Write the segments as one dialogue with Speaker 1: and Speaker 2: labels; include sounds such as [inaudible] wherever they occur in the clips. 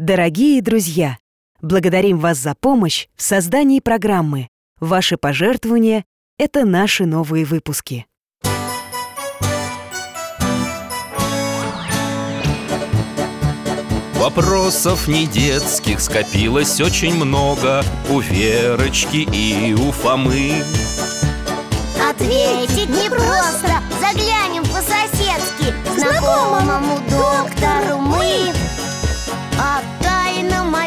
Speaker 1: Дорогие друзья, благодарим вас за помощь в создании программы. Ваши пожертвования – это наши новые выпуски.
Speaker 2: Вопросов не детских скопилось очень много У Верочки и у Фомы
Speaker 3: Ответить непросто Заглянем по-соседски к Знакомому доктору мы О тайном, о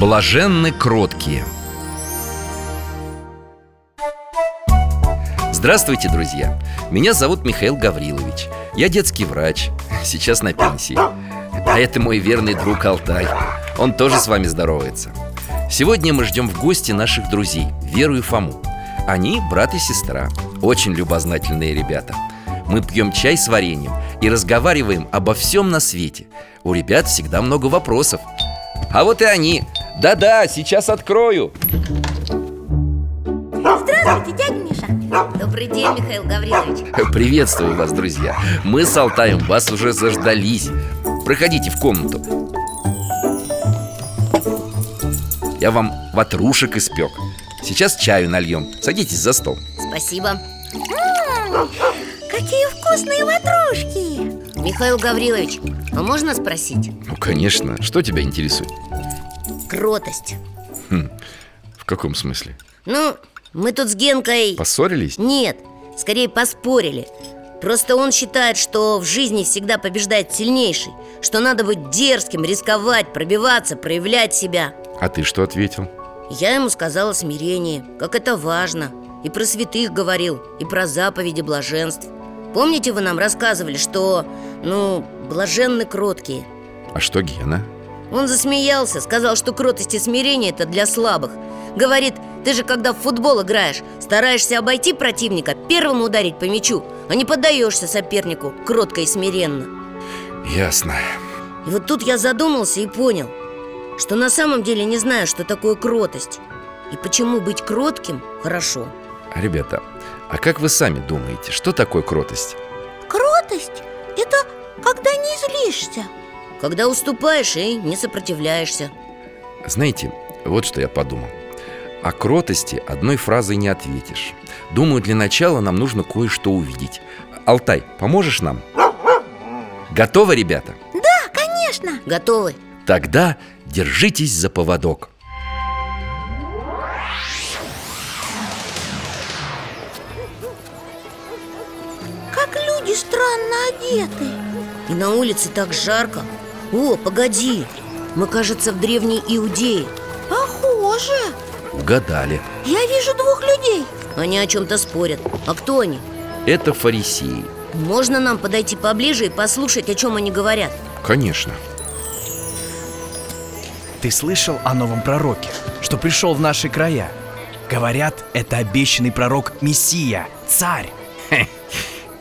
Speaker 2: Блаженны кроткие Здравствуйте, друзья! Меня зовут Михаил Гаврилович Я детский врач, сейчас на пенсии А это мой верный друг Алтай Он тоже с вами здоровается Сегодня мы ждем в гости наших друзей Веру и Фому Они брат и сестра Очень любознательные ребята Мы пьем чай с вареньем И разговариваем обо всем на свете У ребят всегда много вопросов А вот и они Да-да, сейчас открою
Speaker 4: Здравствуйте, дядя Миша
Speaker 5: Добрый день, Михаил Гаврилович
Speaker 2: Приветствую вас, друзья Мы с Алтаем вас уже заждались Проходите в комнату Я вам ватрушек испек Сейчас чаю нальем Садитесь за стол
Speaker 5: Спасибо
Speaker 4: Какие вкусные ватрушки
Speaker 5: Михаил Гаврилович, а можно спросить?
Speaker 2: Ну, конечно, что тебя интересует?
Speaker 5: Кротость
Speaker 2: В каком смысле?
Speaker 5: Ну, мы тут с Генкой...
Speaker 2: Поссорились?
Speaker 5: Нет, скорее поспорили Просто он считает, что в жизни всегда побеждает сильнейший Что надо быть дерзким, рисковать, пробиваться, проявлять себя
Speaker 2: А ты что ответил?
Speaker 5: Я ему сказал о смирении, как это важно И про святых говорил, и про заповеди блаженств Помните, вы нам рассказывали, что, ну, блаженны кроткие?
Speaker 2: А что Гена?
Speaker 5: Он засмеялся, сказал, что кротость и смирение – это для слабых Говорит, ты же когда в футбол играешь, стараешься обойти противника, первым ударить по мячу А не поддаешься сопернику кротко и смиренно
Speaker 2: Ясно
Speaker 5: И вот тут я задумался и понял, что на самом деле не знаю, что такое кротость И почему быть кротким хорошо
Speaker 2: Ребята, а как вы сами думаете, что такое кротость?
Speaker 4: Кротость – это когда не злишься
Speaker 5: Когда уступаешь и не сопротивляешься
Speaker 2: Знаете, вот что я подумал. О кротости одной фразой не ответишь. Думаю, для начала нам нужно кое-что увидеть. Алтай, поможешь нам? Готовы, ребята?
Speaker 4: Да, конечно
Speaker 5: Готовы?
Speaker 2: Тогда держитесь за поводок.
Speaker 4: Как люди странно одеты
Speaker 5: И на улице так жарко О, погоди, мы, кажется, в Древней Иудее
Speaker 4: Похоже
Speaker 2: Угадали.
Speaker 4: Я вижу двух людей
Speaker 5: Они о чем-то спорят А кто они?
Speaker 2: Это фарисеи.
Speaker 5: Можно нам подойти поближе и послушать, о чем они говорят?
Speaker 2: Конечно.
Speaker 6: Ты слышал о новом пророке, что пришел в наши края? Говорят, это обещанный пророк Мессия, царь,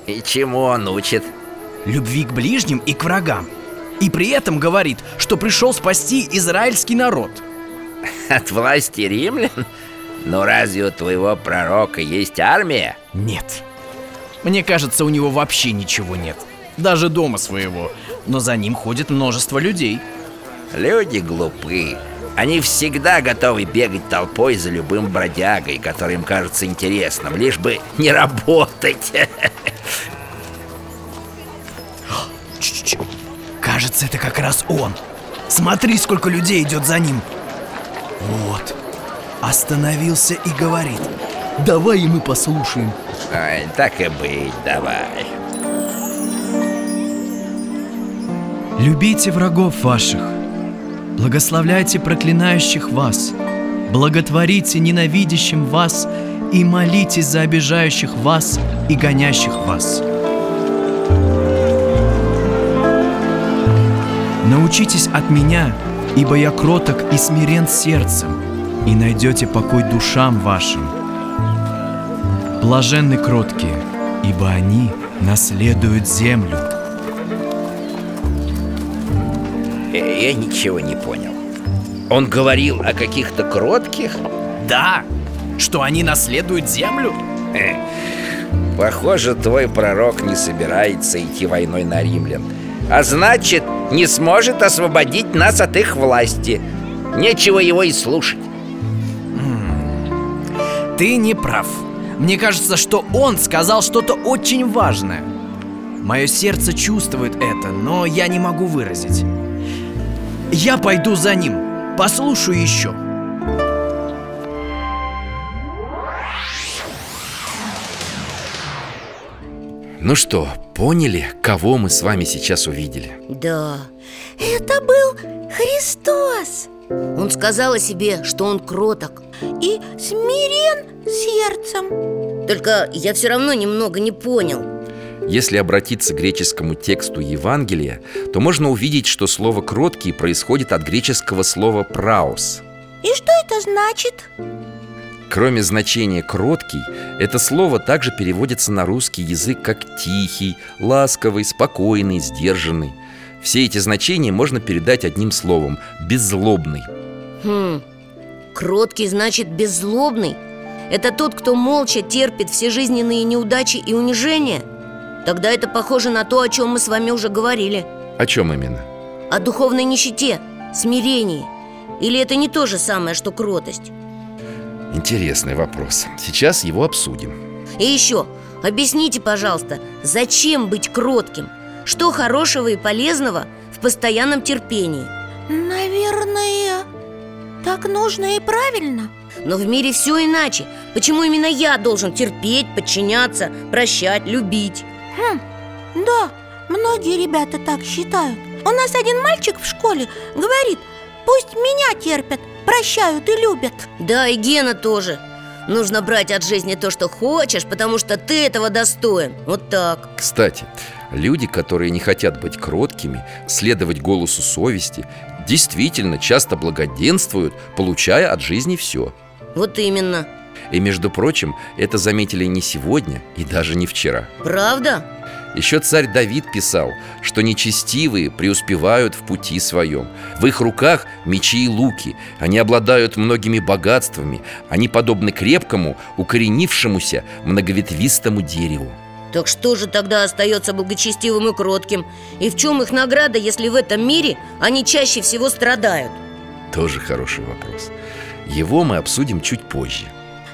Speaker 2: И чему он учит?
Speaker 6: любви к ближним и к врагам. И при этом говорит, что пришел спасти израильский народ.
Speaker 2: От власти римлян? Но
Speaker 7: Ну,
Speaker 2: разве у твоего пророка есть армия?
Speaker 6: Нет. Мне кажется, у него вообще ничего нет. Даже дома своего. Но за ним ходит множество людей.
Speaker 7: Люди глупы. Они всегда готовы бегать толпой за любым бродягой, который им кажется интересным, лишь бы не работать. [laughs]
Speaker 6: Чш-чш. Кажется, это как раз он. Смотри, сколько людей идет за ним. Вот. Остановился и говорит. Давай и мы послушаем.
Speaker 7: Ай, так и быть, давай.
Speaker 8: Любите врагов ваших, благословляйте проклинающих вас, благотворите ненавидящим вас и молитесь за обижающих вас и гонящих вас. Научитесь от меня, ибо я кроток и смирен сердцем, и найдете покой душам вашим. Блаженны кроткие, ибо они наследуют землю.
Speaker 7: Э, Я ничего не понял. Он говорил о каких-то кротких?
Speaker 6: Да, что они наследуют землю?
Speaker 7: Похоже, твой пророк не собирается идти войной на римлян. А значит, не сможет освободить нас от их власти. Нечего его и слушать.
Speaker 6: Ты не прав. Мне кажется, что он сказал что-то очень важное. Мое сердце чувствует это, но я не могу выразить. Я пойду за ним. Послушаю еще.
Speaker 2: Ну что, поняли, кого мы с вами сейчас увидели?
Speaker 5: Да,
Speaker 4: Это был Христос
Speaker 5: он сказал о себе, что он кроток
Speaker 4: и смирен сердцем.
Speaker 5: Только я все равно немного не понял
Speaker 2: Если обратиться к греческому тексту Евангелия, то можно увидеть, что слово «кроткий» происходит от греческого слова «праос».
Speaker 4: И что это значит?
Speaker 2: Кроме значения «кроткий», это слово также переводится на русский язык как «тихий», «ласковый», «спокойный», «сдержанный». Все эти значения можно передать одним словом – «беззлобный».
Speaker 5: Хм, Кроткий значит беззлобный Это тот, кто молча терпит все жизненные неудачи и унижения Тогда это похоже на то, о чем мы с вами уже говорили
Speaker 2: О чем именно?
Speaker 5: О духовной нищете, смирении Или это не то же самое, что кротость?
Speaker 2: Интересный вопрос. Сейчас его обсудим.
Speaker 5: И еще, объясните, пожалуйста, зачем быть кротким? Что хорошего и полезного в постоянном терпении?
Speaker 4: Наверное, так нужно и правильно.
Speaker 5: Но в мире все иначе Почему именно я должен терпеть, подчиняться, прощать, любить?
Speaker 4: Да, многие ребята так считают. У нас один мальчик в школе говорит, пусть меня терпят, прощают и любят.
Speaker 5: Да, и Гена тоже Нужно брать от жизни то, что хочешь, потому что ты этого достоин Вот так
Speaker 2: Кстати, люди, которые не хотят быть кроткими, следовать голосу совести, действительно часто благоденствуют, получая от жизни все.
Speaker 5: Вот именно
Speaker 2: И, между прочим, это заметили не сегодня и даже не вчера.
Speaker 5: Правда?
Speaker 2: Еще царь Давид писал, что нечестивые преуспевают в пути своем. В их руках мечи и луки. Они обладают многими богатствами. Они подобны крепкому, укоренившемуся, многоветвистому дереву.
Speaker 5: Так что же тогда остается благочестивым и кротким? И в чем их награда, если в этом мире они чаще всего страдают?
Speaker 2: Тоже хороший вопрос. Его мы обсудим чуть позже.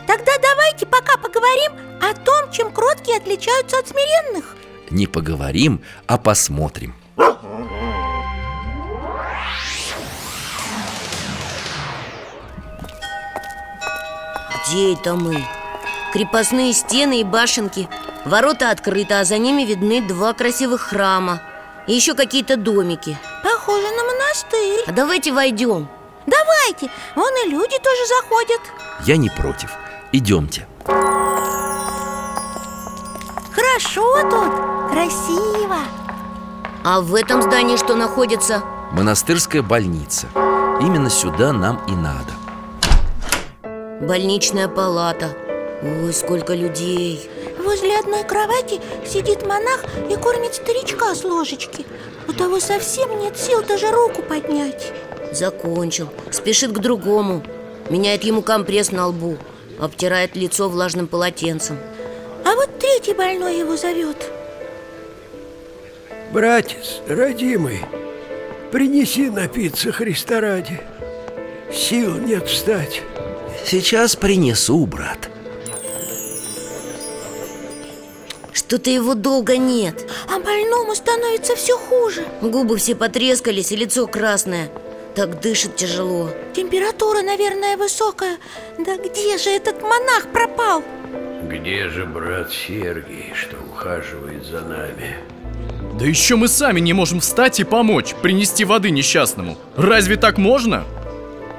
Speaker 4: Тогда давайте пока поговорим о том, чем кроткие отличаются от смиренных.
Speaker 2: Не поговорим, а посмотрим.
Speaker 5: Где это мы? Крепостные стены и башенки Ворота открыты, а за ними видны два красивых храма И еще какие-то домики
Speaker 4: Похоже на монастырь.
Speaker 5: А давайте войдем
Speaker 4: Давайте, вон и люди тоже заходят.
Speaker 2: Я не против. Идемте.
Speaker 4: Хорошо тут, красиво.
Speaker 5: А в этом здании что находится?
Speaker 2: Монастырская больница. Именно сюда нам и надо.
Speaker 5: Больничная палата Ой, сколько людей
Speaker 4: Возле одной кровати сидит монах и кормит старичка с ложечки. У того совсем нет сил даже руку поднять.
Speaker 5: Закончил Спешит к другому Меняет ему компресс на лбу Обтирает лицо влажным полотенцем
Speaker 4: А вот третий больной его зовет.
Speaker 9: Братец, родимый, принеси напиться Христа ради. Сил нет встать.
Speaker 2: Сейчас принесу, брат.
Speaker 5: Что-то его долго нет
Speaker 4: А больному становится все хуже.
Speaker 5: Губы все потрескались и лицо красное Так дышит тяжело
Speaker 4: Температура, наверное, высокая. Да где же этот монах пропал?
Speaker 9: Где же брат Сергий, что ухаживает за нами?
Speaker 8: Да еще мы сами не можем встать и помочь, принести воды несчастному. Разве так можно?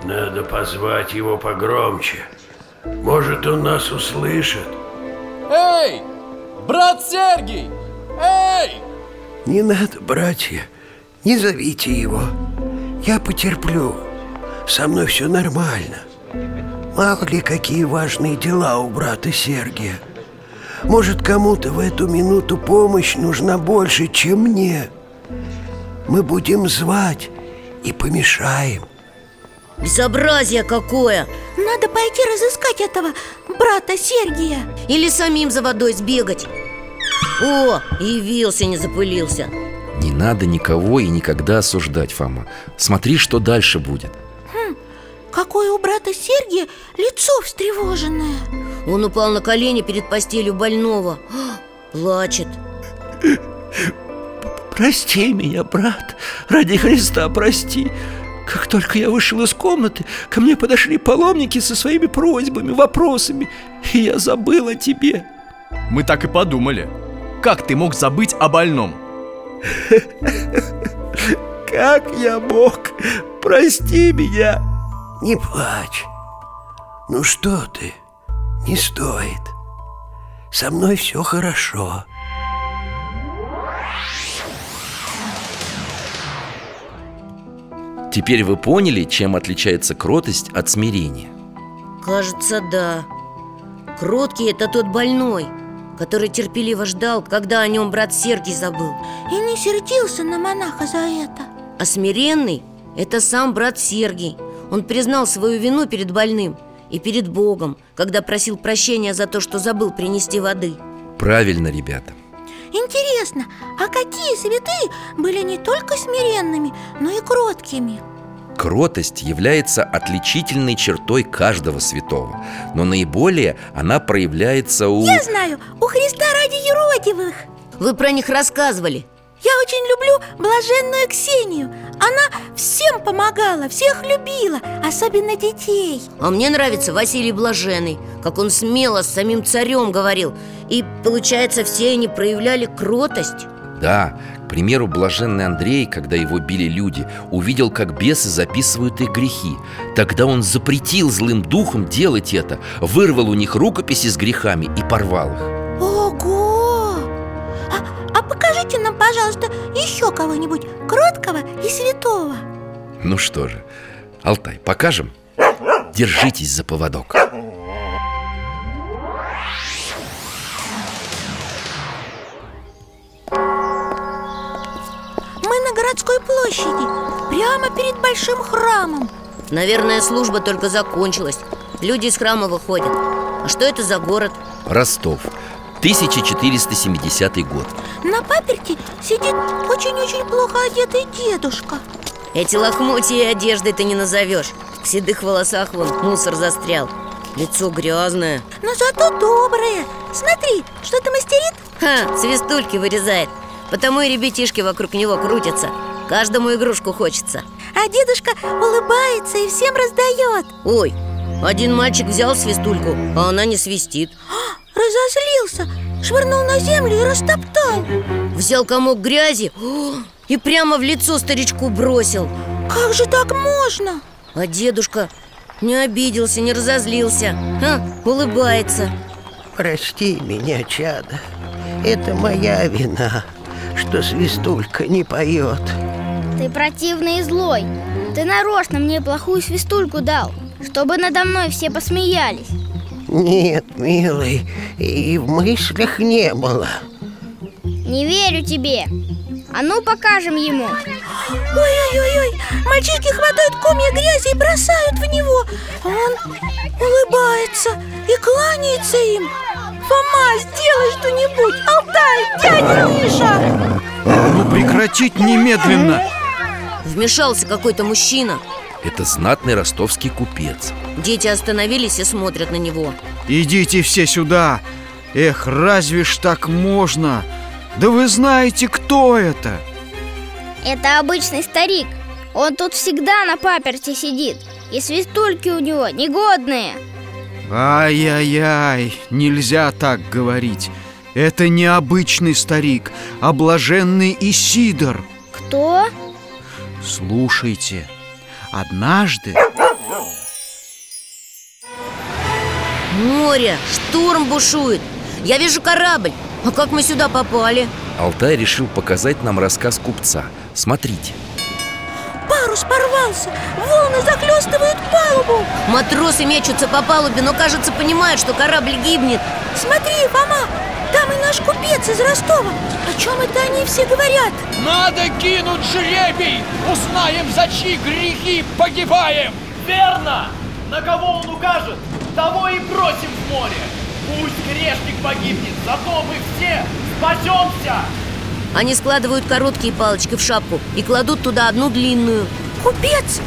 Speaker 9: Надо позвать его погромче. Может, он нас услышит.
Speaker 8: Эй! Брат Сергий! Эй!
Speaker 9: Не надо, братья, Не зовите его. Я потерплю. Со мной все нормально. Мало ли, какие важные дела у брата Сергия. Может, кому-то в эту минуту помощь нужна больше, чем мне. Мы будем звать и помешаем.
Speaker 5: Безобразие какое!
Speaker 4: Надо пойти разыскать этого брата Сергия
Speaker 5: Или самим за водой сбегать О, явился, не запылился
Speaker 2: Не надо никого и никогда осуждать, Фома Смотри, что дальше будет
Speaker 4: Какое у брата Сергия лицо встревоженное
Speaker 5: Он упал на колени перед постелью больного Плачет
Speaker 10: Прости меня, брат, ради Христа, прости. Как только я вышел из комнаты, ко мне подошли паломники со своими просьбами, вопросами, и я забыл о тебе.
Speaker 8: Мы так и подумали. Как ты мог забыть о больном?
Speaker 10: Как я мог? Прости меня.
Speaker 9: Не плачь. Ну что ты? Не стоит. Со мной все хорошо.
Speaker 2: Теперь вы поняли, чем отличается кротость от смирения
Speaker 5: Кажется, да Кроткий это тот больной Который терпеливо ждал, когда о нем брат Сергий забыл
Speaker 4: И не сердился на монаха за это
Speaker 5: А смиренный – это сам брат Сергий Он признал свою вину перед больным и перед Богом, когда просил прощения за то, что забыл принести воды
Speaker 2: Правильно, ребята
Speaker 4: Интересно, а какие святые были не только смиренными, но и кроткими?
Speaker 2: Кротость является отличительной чертой каждого святого Но наиболее она проявляется у...
Speaker 4: Я знаю, у Христа ради Еродивых
Speaker 5: Вы про них рассказывали
Speaker 4: Я очень люблю блаженную Ксению Она всем помогала, всех любила, особенно детей
Speaker 5: А мне нравится Василий Блаженный Как он смело с самим царем говорил И, получается, все они проявляли кротость
Speaker 2: Да, к примеру, блаженный Андрей, когда его били люди Увидел, как бесы записывают их грехи Тогда он запретил злым духом делать это Вырвал у них рукописи с грехами и порвал их
Speaker 4: Ого! А, а покажите нам, пожалуйста, еще кого-нибудь кроткого и святого
Speaker 2: Ну что же, Алтай, покажем? Держитесь за поводок
Speaker 4: Мы на городской площади, прямо перед большим храмом
Speaker 5: Наверное, служба только закончилась Люди из храма выходят А что это за город?
Speaker 2: Ростов, 1470 год
Speaker 4: На паперти сидит очень-очень плохо одетый дедушка
Speaker 5: Эти лохмотья и одежды ты не назовешь В седых волосах вон мусор застрял Лицо грязное
Speaker 4: Но зато доброе Смотри, что-то мастерит
Speaker 5: Ха, свистульки вырезает Потому и ребятишки вокруг него крутятся Каждому игрушку хочется
Speaker 4: А дедушка улыбается и всем раздает
Speaker 5: Ой, один мальчик взял свистульку, а она не свистит
Speaker 4: Разозлился, швырнул на землю и растоптал
Speaker 5: Взял комок грязи о, и прямо в лицо старичку бросил
Speaker 4: Как же так можно?
Speaker 5: А дедушка не обиделся, не разозлился Ха, Улыбается
Speaker 9: Прости меня, чадо. Это моя вина, что свистулька не поет.
Speaker 3: Ты противный и злой Ты нарочно мне плохую свистульку дал Чтобы надо мной все посмеялись
Speaker 9: Нет, милый, и в мыслях не было.
Speaker 3: Не верю тебе А ну покажем ему
Speaker 4: Ой-ой-ой, мальчишки хватают комья грязи и бросают в него А Он улыбается и кланяется им Фома, сделай что-нибудь, Алтай, дядя Миша
Speaker 8: Ну прекратить немедленно!
Speaker 5: Вмешался какой-то мужчина
Speaker 2: Это знатный ростовский купец
Speaker 5: Дети остановились и смотрят на него
Speaker 8: Идите все сюда! Эх, разве ж так можно? Да вы знаете, кто это?
Speaker 3: Это обычный старик Он тут всегда на паперте сидит И свистульки у него негодные
Speaker 8: Ай-яй-яй, нельзя так говорить. Это не обычный старик, а блаженный Исидор.
Speaker 3: Кто?
Speaker 8: Слушайте, однажды...
Speaker 5: Море, штурм бушует Я вижу корабль А как мы сюда попали?
Speaker 2: Алтай решил показать нам рассказ купца Смотрите,
Speaker 4: Парус порвался, волны захлестывают палубу
Speaker 5: Матросы мечутся по палубе, но, кажется, понимают, что корабль гибнет
Speaker 4: Смотри, Фома, там и наш купец из Ростова О чем это они все говорят?
Speaker 11: Надо кинуть жребий! Узнаем, за чьи грехи погибаем! Верно! На кого он укажет, того и бросим в море! Пусть грешник погибнет, зато мы все спасемся!
Speaker 5: Они складывают короткие палочки в шапку и кладут туда одну длинную
Speaker 4: Купец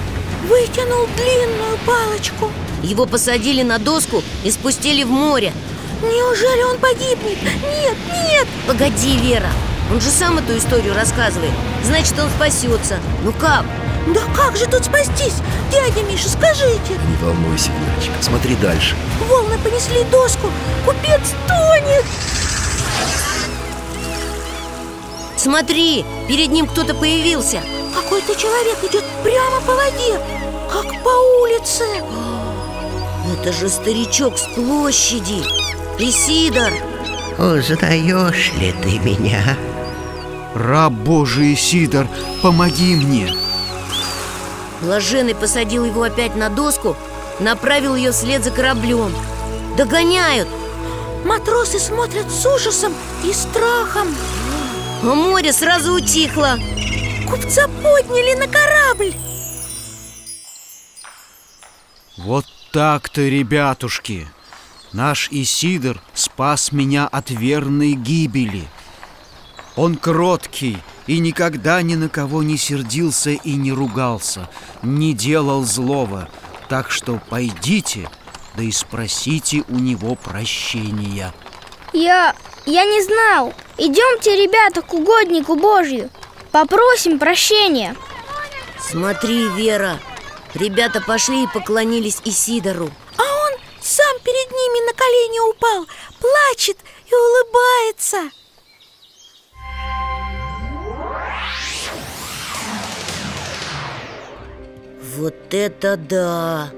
Speaker 4: вытянул длинную палочку
Speaker 5: Его посадили на доску и спустили в море
Speaker 4: Неужели он погибнет? Нет, нет!
Speaker 5: Погоди, Вера, он же сам эту историю рассказывает Значит, он спасется Ну как?
Speaker 4: Да как же тут спастись? Дядя Миша, скажите
Speaker 2: не волнуйся, Верочка, смотри дальше
Speaker 4: Волны понесли доску, купец тонет
Speaker 5: Смотри, перед ним кто-то появился
Speaker 4: Какой-то человек идет прямо по воде, как по улице
Speaker 5: Это же старичок с площади Исидор
Speaker 12: Узнаешь ли ты меня?
Speaker 6: Раб Божий Сидор, помоги мне
Speaker 5: Блаженный посадил его опять на доску Направил ее вслед за кораблем Догоняют
Speaker 4: Матросы смотрят с ужасом и страхом
Speaker 5: А море сразу утихло
Speaker 4: Купца подняли на корабль
Speaker 6: Вот так-то, ребятушки Наш Исидор спас меня от верной гибели Он кроткий и никогда ни на кого не сердился и не ругался Не делал злого Так что пойдите, да и спросите у него прощения
Speaker 3: Я... я не знал. Идемте, ребята, к угоднику Божью. Попросим прощения.
Speaker 5: Смотри, Вера Ребята пошли и поклонились Исидору
Speaker 4: А он сам перед ними на колени упал Плачет и улыбается
Speaker 5: Вот это да!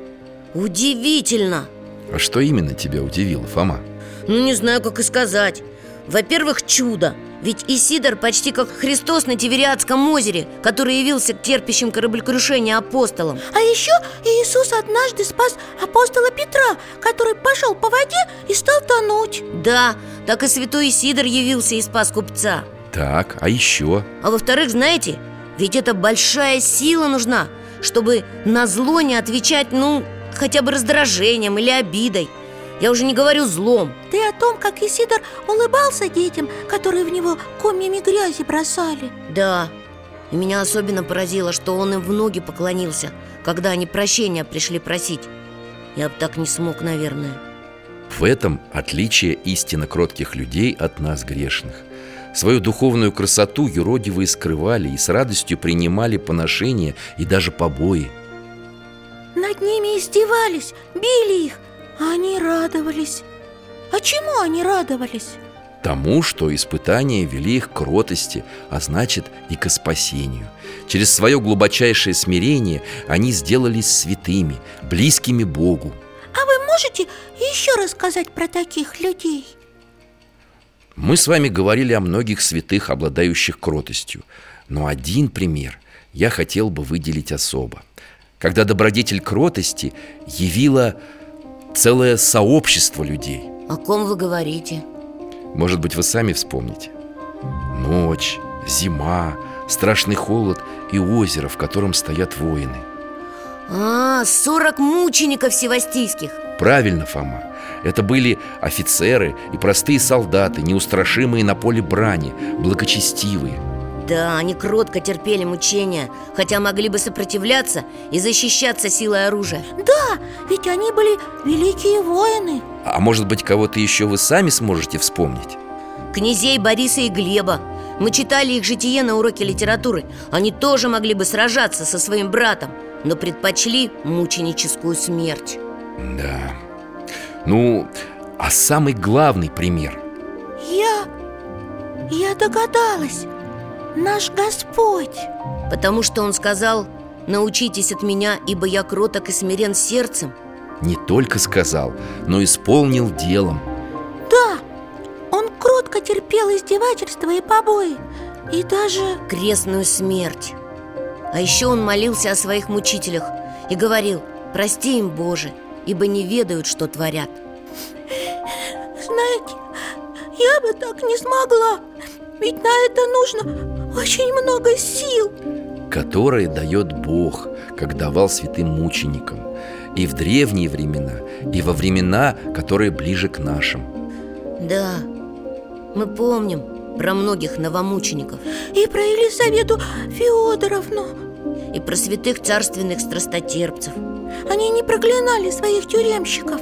Speaker 5: Удивительно!
Speaker 2: А что именно тебя удивило, Фома?
Speaker 5: Ну, не знаю, как и сказать Во-первых, чудо Ведь Исидор почти как Христос на Тивериадском озере Который явился к терпящим кораблекрушения апостолам
Speaker 4: А еще Иисус однажды спас апостола Петра Который пошел по воде и стал тонуть
Speaker 5: Да, так и святой Исидор явился и спас купца
Speaker 2: Так, а еще?
Speaker 5: А во-вторых, знаете, ведь это большая сила нужна Чтобы на зло не отвечать, ну, хотя бы раздражением или обидой Я уже не говорю злом
Speaker 4: Ты о том, как Исидор улыбался детям Которые в него комьями грязи бросали
Speaker 5: Да, и меня особенно поразило, что он им в ноги поклонился Когда они прощения пришли просить Я бы так не смог, наверное
Speaker 2: В этом отличие истинно кротких людей от нас грешных Свою духовную красоту юродивые скрывали и с радостью принимали поношения и даже побои.
Speaker 4: Над ними издевались, били их А они радовались А чему они радовались?
Speaker 2: Тому, что испытания вели их к кротости, а значит и к спасению. Через свое глубочайшее смирение они сделались святыми, близкими Богу.
Speaker 4: А вы можете еще рассказать про таких людей?
Speaker 2: Мы с вами говорили о многих святых, обладающих кротостью. Но один пример я хотел бы выделить особо. Когда добродетель кротости явила целое сообщество людей.
Speaker 5: О ком вы говорите?
Speaker 2: Может быть, вы сами вспомните. Ночь, зима, страшный холод и озеро, в котором стоят воины.
Speaker 5: А, 40 мучеников севастийских
Speaker 2: Правильно, Фома. Это были офицеры и простые солдаты, неустрашимые на поле брани, благочестивые.
Speaker 5: Да, они кротко терпели мучения Хотя могли бы сопротивляться и защищаться силой оружия
Speaker 4: Да, ведь они были великие воины
Speaker 2: А может быть, кого-то еще вы сами сможете вспомнить?
Speaker 5: Князей Бориса и Глеба Мы читали их житие на уроке литературы Они тоже могли бы сражаться со своим братом Но предпочли мученическую смерть
Speaker 2: Да. Ну, а самый главный пример –
Speaker 4: Я... я догадалась Наш Господь
Speaker 5: Потому что он сказал Научитесь от меня, ибо я кроток и смирен сердцем
Speaker 2: не только сказал, но исполнил делом.
Speaker 4: Да, он кротко терпел издевательства и побои
Speaker 5: И даже... Крестную смерть. А еще он молился о своих мучителях и говорил, прости им, Боже, ибо не ведают, что творят.
Speaker 4: Знаете, я бы так не смогла Ведь на это нужно очень много сил
Speaker 2: которые дает Бог, как давал святым мученикам, и в древние времена, и во времена, которые ближе к нашим.
Speaker 5: Да, мы помним про многих новомучеников
Speaker 4: И про Елизавету Феодоровну
Speaker 5: и про святых царственных страстотерпцев.
Speaker 4: Они не проклинали своих тюремщиков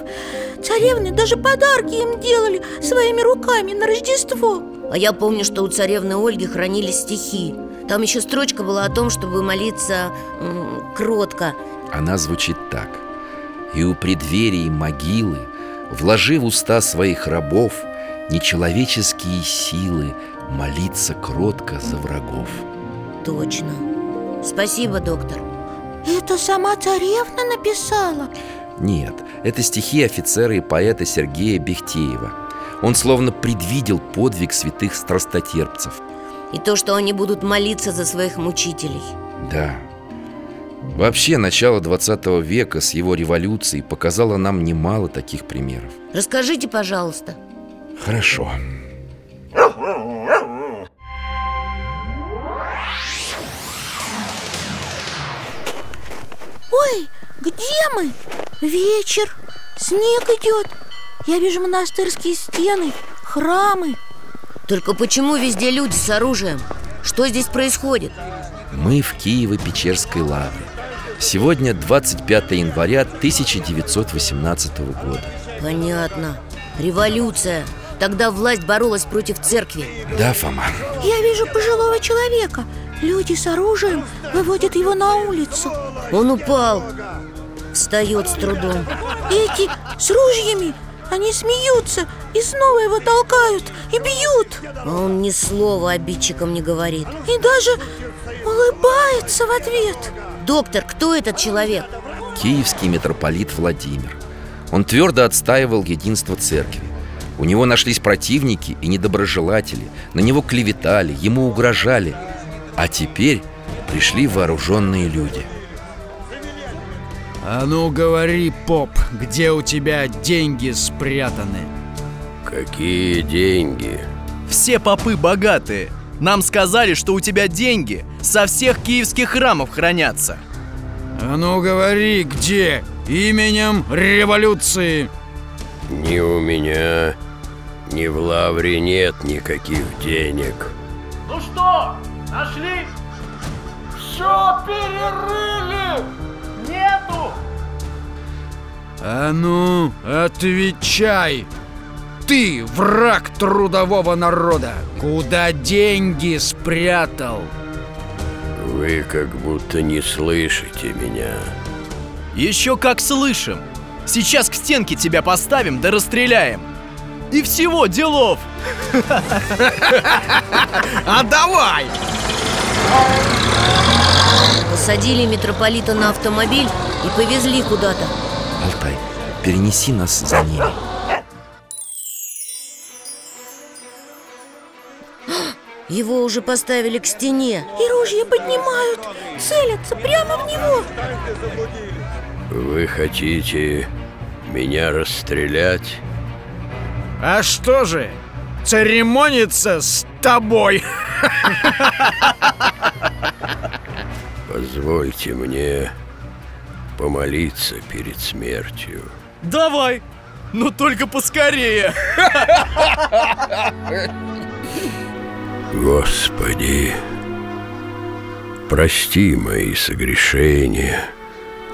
Speaker 4: Царевны даже подарки им делали своими руками на Рождество
Speaker 5: А я помню, что у царевны Ольги хранились стихи. Там еще строчка была о том, чтобы молиться м, кротко.
Speaker 2: Она звучит так И у преддверий могилы, вложи в уста своих рабов Нечеловеческие силы молиться кротко за врагов
Speaker 5: Точно. Спасибо, доктор.
Speaker 4: Это сама царевна написала
Speaker 2: Нет, это стихи офицера и поэта Сергея Бехтеева Он словно предвидел подвиг святых страстотерпцев
Speaker 5: И то, что они будут молиться за своих мучителей.
Speaker 2: Да. Вообще, начало 20 века с его революцией показало нам немало таких примеров.
Speaker 5: Расскажите, пожалуйста.
Speaker 2: Хорошо.
Speaker 4: Ой, где мы? Вечер, снег идет Я вижу монастырские стены, храмы
Speaker 5: Только почему везде люди с оружием? Что здесь происходит?
Speaker 2: Мы в Киево-Печерской лавре. Сегодня 25 января 1918 года.
Speaker 5: Понятно. Революция. Тогда власть боролась против церкви.
Speaker 2: Да, Фома?
Speaker 4: Я вижу пожилого человека Люди с оружием выводят его на улицу
Speaker 5: Он упал Встает с трудом
Speaker 4: Эти с ружьями, они смеются И снова его толкают и бьют
Speaker 5: А он ни слова обидчикам не говорит.
Speaker 4: И даже улыбается в ответ
Speaker 5: Доктор, кто этот человек?
Speaker 2: Киевский митрополит Владимир. Он твердо отстаивал единство церкви. У него нашлись противники и недоброжелатели, на него клеветали, ему угрожали. А теперь пришли вооруженные люди.
Speaker 13: А ну говори, поп, где у тебя деньги спрятаны?
Speaker 14: Какие деньги?
Speaker 13: Все попы богатые.
Speaker 8: Нам сказали, что у тебя деньги со всех киевских храмов хранятся.
Speaker 13: А ну говори, где? Именем революции.
Speaker 14: Ни у меня, ни в лавре нет никаких денег.
Speaker 11: Ну что, нашли? Все перерыли! Нету!
Speaker 13: А ну, отвечай! Ты враг трудового народа! Куда деньги спрятал?
Speaker 14: Вы как будто не слышите меня.
Speaker 8: Еще как слышим. Сейчас к стенке тебя поставим да расстреляем. И всего делов.
Speaker 13: [laughs] А давай!
Speaker 5: Посадили митрополита на автомобиль и повезли куда-то.
Speaker 2: Алтай, перенеси нас за ними.
Speaker 5: Его уже поставили к стене.
Speaker 4: И ружья поднимают, целятся прямо в него
Speaker 14: Вы хотите меня расстрелять?
Speaker 13: А что же, церемониться с тобой?
Speaker 14: Позвольте мне помолиться перед смертью.
Speaker 8: Давай. Но только поскорее.
Speaker 14: Господи, прости мои согрешения,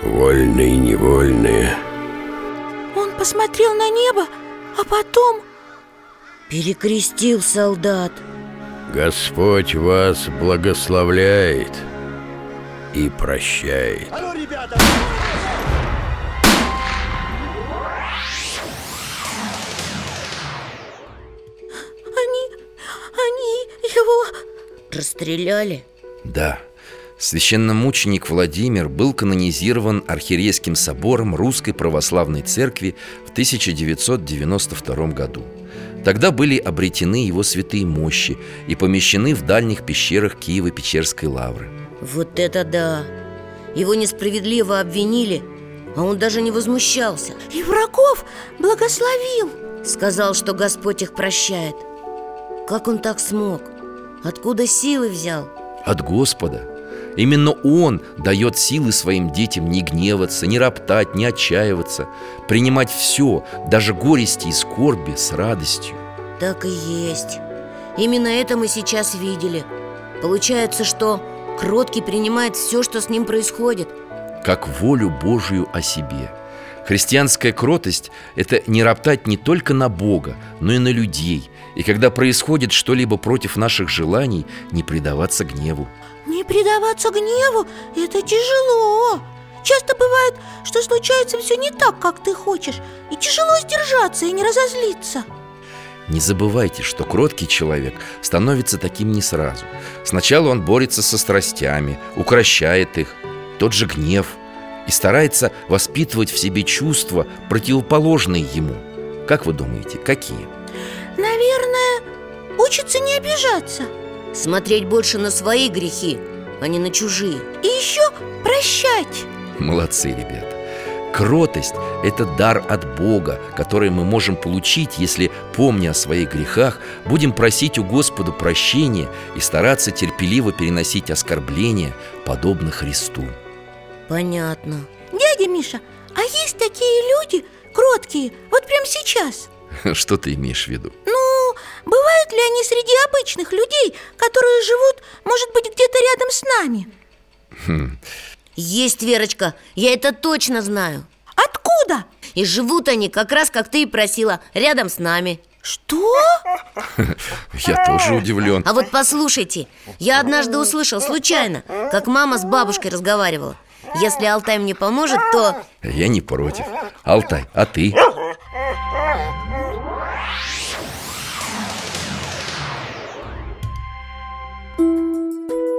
Speaker 14: вольные и невольные.
Speaker 4: Он посмотрел на небо, а потом
Speaker 5: Перекрестил солдат.
Speaker 14: Господь вас благословляет и прощает.
Speaker 4: они его...
Speaker 5: Расстреляли?
Speaker 2: Да, священномученик Владимир был канонизирован Архиерейским собором Русской Православной Церкви в 1992 году. Тогда были обретены его святые мощи и помещены в дальних пещерах Киева-Печерской лавры.
Speaker 5: Вот это да! Его несправедливо обвинили, а он даже не возмущался
Speaker 4: И врагов благословил
Speaker 5: Сказал, что Господь их прощает Как он так смог? Откуда силы взял?
Speaker 2: От Господа. Именно Он дает силы своим детям не гневаться, не роптать, не отчаиваться, принимать все, даже горести и скорби, с радостью.
Speaker 5: Так и есть Именно это мы сейчас видели Получается, что кроткий принимает все, что с ним происходит
Speaker 2: как волю Божию о себе. Христианская кротость – это не роптать не только на Бога, но и на людей. И когда происходит что-либо против наших желаний, не предаваться гневу.
Speaker 4: Не предаваться гневу – это тяжело Часто бывает, что случается все не так, как ты хочешь И тяжело сдержаться и не разозлиться
Speaker 2: Не забывайте, что кроткий человек становится таким не сразу. Сначала он борется со страстями, укращает их, тот же гнев и старается воспитывать в себе чувства, противоположные ему. Как вы думаете, какие?
Speaker 4: Наверное, учится не обижаться
Speaker 5: Смотреть больше на свои грехи, а не на чужие
Speaker 4: И еще прощать
Speaker 2: Молодцы, ребята. Кротость – [laughs] это дар от Бога, который мы можем получить, если, помня о своих грехах, будем просить у Господа прощения и стараться терпеливо переносить оскорбления, подобно Христу.
Speaker 5: Понятно
Speaker 4: Дядя Миша, а есть такие люди, кроткие, вот прямо сейчас?
Speaker 2: Что ты имеешь в виду?
Speaker 4: Ну, бывают ли они среди обычных людей, которые живут, может быть, где-то рядом с нами?
Speaker 2: Хм,
Speaker 5: Есть, Верочка, я это точно знаю
Speaker 4: Откуда?
Speaker 5: И живут они как раз, как ты и просила, рядом с нами
Speaker 4: Что?
Speaker 2: Я тоже удивлен.
Speaker 5: А вот послушайте, я однажды услышал случайно, как мама с бабушкой разговаривала Если Алтай мне поможет, то...
Speaker 2: Я не против. Алтай, а ты?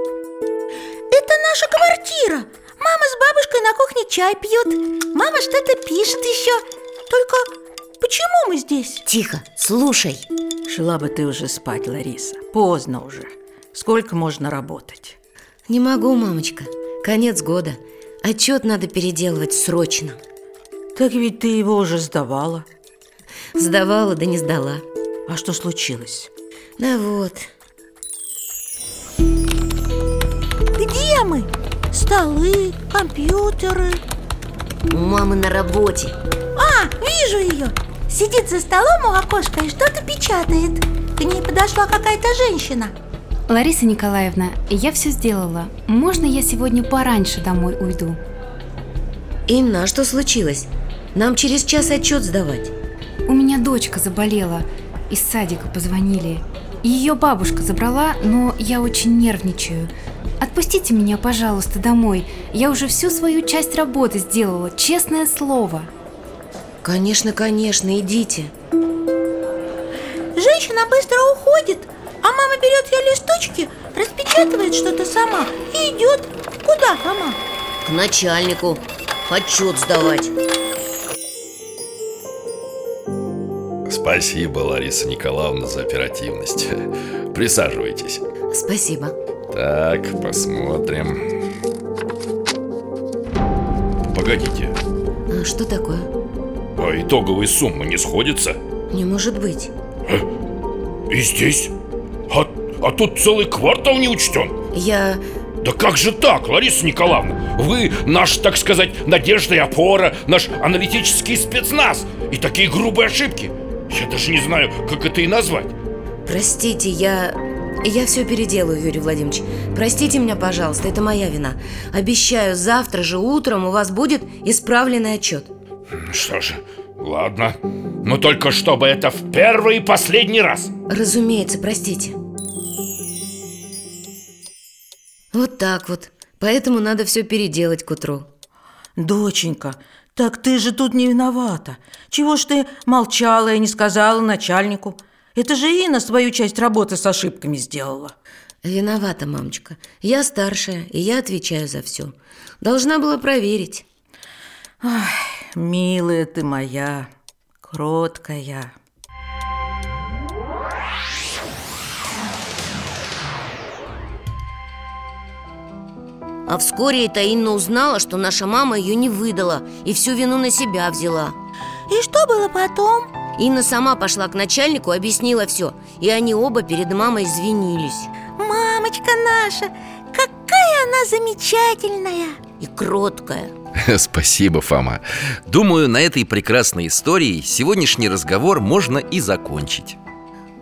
Speaker 4: Это наша квартира Мама с бабушкой на кухне чай пьют Мама что-то пишет еще Только почему мы здесь?
Speaker 5: Тихо, слушай
Speaker 15: Шла бы ты уже спать, Лариса Поздно уже Сколько можно работать?
Speaker 5: Не могу, мамочка, конец года Отчет надо переделывать срочно
Speaker 15: Так ведь ты его уже сдавала
Speaker 5: Сдавала, да не сдала
Speaker 15: А что случилось?
Speaker 5: Да вот,
Speaker 4: Где мы? Столы, компьютеры
Speaker 5: у мамы на работе
Speaker 4: А, вижу ее Сидит за столом у окошка и что-то печатает К ней подошла какая-то женщина
Speaker 16: Лариса Николаевна, я все сделала. Можно я сегодня пораньше домой уйду?
Speaker 5: Инна, а что случилось? Нам через час отчет сдавать
Speaker 16: У меня дочка заболела. Из садика позвонили. Ее бабушка забрала, но я очень нервничаю. Отпустите меня, пожалуйста, домой. Я уже всю свою часть работы сделала, честное слово.
Speaker 5: Конечно, конечно, идите
Speaker 4: Женщина быстро уходит А мама берет ее листочки, распечатывает что-то сама И идет Куда, мама?
Speaker 5: К начальнику отчет сдавать
Speaker 17: Спасибо, Лариса Николаевна, за оперативность. [laughs] Присаживайтесь.
Speaker 5: Спасибо
Speaker 17: Так, посмотрим. Погодите,
Speaker 5: А Что такое?
Speaker 17: а итоговые суммы не сходятся?
Speaker 5: Не может быть
Speaker 17: И здесь? А, а тут целый квартал не учтен.
Speaker 5: Я...
Speaker 17: Да как же так, Лариса Николаевна? Вы наш, так сказать, надежда и опора, наш аналитический спецназ. И такие грубые ошибки. Я даже не знаю, как это и назвать.
Speaker 5: Простите, я... Я все переделаю, Юрий Владимирович Простите меня, пожалуйста, это моя вина Обещаю, завтра же утром у вас будет исправленный отчет
Speaker 17: Что же, ладно. Но только чтобы это в первый и последний раз.
Speaker 5: Разумеется, простите Вот так вот Поэтому надо все переделать к утру
Speaker 15: Доченька, так ты же тут не виновата Чего ж ты молчала и не сказала начальнику? Это же Инна свою часть работы с ошибками сделала
Speaker 5: Виновата, мамочка Я старшая, и я отвечаю за все Должна была проверить
Speaker 15: Милая ты моя, кроткая
Speaker 5: А вскоре и таинно узнала, что наша мама ее не выдала и всю вину на себя взяла.
Speaker 4: И что было потом?
Speaker 5: Инна сама пошла к начальнику, объяснила все, и они оба перед мамой извинились.
Speaker 4: Мамочка наша, какая она замечательная
Speaker 5: И кроткая.
Speaker 2: [laughs] Спасибо, Фома. Думаю, на этой прекрасной истории сегодняшний разговор можно и закончить.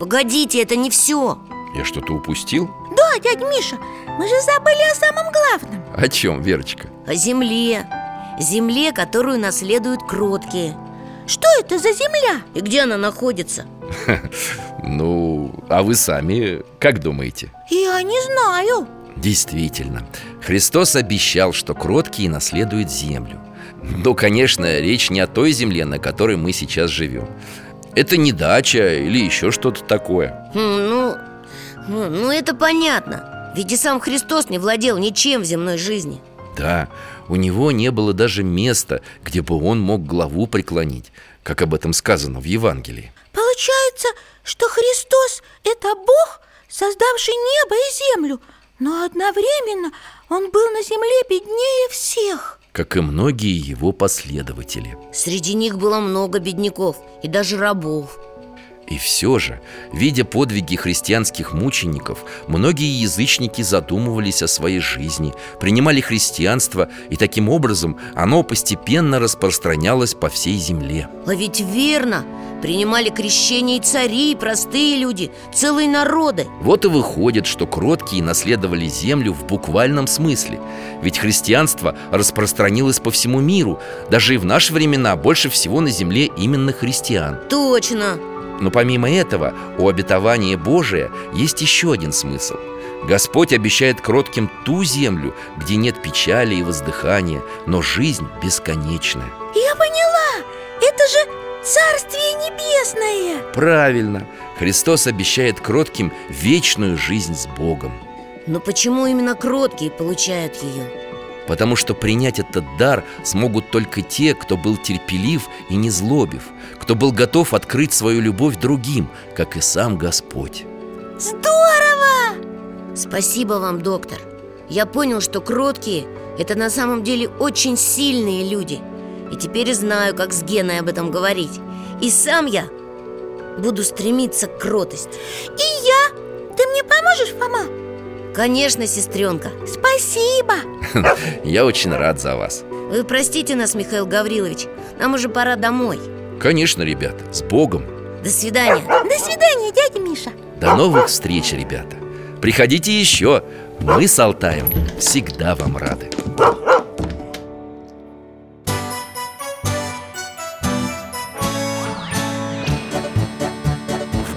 Speaker 5: Погодите, это не все.
Speaker 2: Я что-то упустил?
Speaker 4: Да, А, дядь Миша, мы же забыли о самом главном
Speaker 2: О чем, Верочка?
Speaker 5: О земле. Земле, которую наследуют кроткие.
Speaker 4: Что это за земля?
Speaker 5: И где она находится?
Speaker 2: Ну, а вы сами как думаете?
Speaker 4: Я не знаю
Speaker 2: Действительно, Христос обещал, что кроткие наследуют землю. Но, конечно, речь не о той земле, на которой мы сейчас живем. Это не дача или еще что-то такое.
Speaker 5: Хм, Ну, ну, ну это понятно. Ведь и сам Христос не владел ничем в земной жизни.
Speaker 2: Да, у него не было даже места, где бы он мог главу преклонить, как об этом сказано в Евангелии.
Speaker 4: Получается, что Христос – это Бог, создавший небо и землю Но одновременно Он был на земле беднее всех
Speaker 2: как и многие его последователи.
Speaker 5: Среди них было много бедняков и даже рабов.
Speaker 2: И все же, видя подвиги христианских мучеников, многие язычники задумывались о своей жизни, принимали христианство, и таким образом оно постепенно распространялось по всей земле.
Speaker 5: А ведь верно, принимали крещение и цари, и простые люди, целые народы.
Speaker 2: Вот и выходит, что кроткие наследовали землю в буквальном смысле. Ведь христианство распространилось по всему миру, даже и в наши времена больше всего на земле именно христиан.
Speaker 5: Точно.
Speaker 2: Но помимо этого, у обетования Божия есть еще один смысл. Господь обещает кротким ту землю, где нет печали и воздыхания, но жизнь бесконечная.
Speaker 4: Я поняла, это же Царствие Небесное
Speaker 2: Правильно, Христос обещает кротким вечную жизнь с Богом.
Speaker 5: Но почему именно кроткие получают ее?
Speaker 2: Потому что принять этот дар смогут только те, кто был терпелив и не злобив, кто был готов открыть свою любовь другим, как и сам Господь.
Speaker 4: Здорово!
Speaker 5: Спасибо вам, доктор. Я понял, что кроткие – это на самом деле очень сильные люди. И теперь знаю, как с Геной об этом говорить. И сам я буду стремиться к кротости.
Speaker 4: И я! Ты мне поможешь, Фома?
Speaker 5: Конечно, сестренка.
Speaker 4: Спасибо!
Speaker 2: Я очень рад за вас.
Speaker 5: Вы простите нас, Михаил Гаврилович. Нам уже пора домой.
Speaker 2: Конечно, ребят, с Богом.
Speaker 5: До свидания.
Speaker 4: До свидания, дядя Миша
Speaker 2: До новых встреч, ребята. Приходите еще. Мы с Алтаем всегда вам рады. В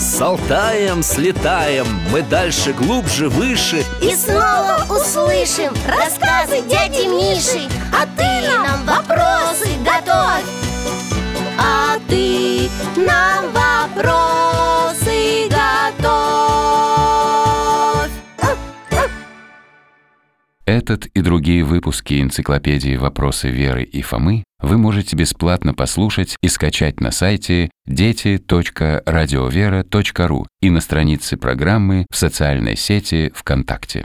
Speaker 2: С Алтаем слетаем, мы дальше, глубже, выше.
Speaker 18: И снова услышим рассказы дяди Миши А ты нам вопросы готовь А ты нам вопросы готовь
Speaker 19: Этот и другие выпуски энциклопедии «Вопросы Веры и Фомы» вы можете бесплатно послушать и скачать на сайте дети.радиовера.ру и на странице программы в социальной сети ВКонтакте.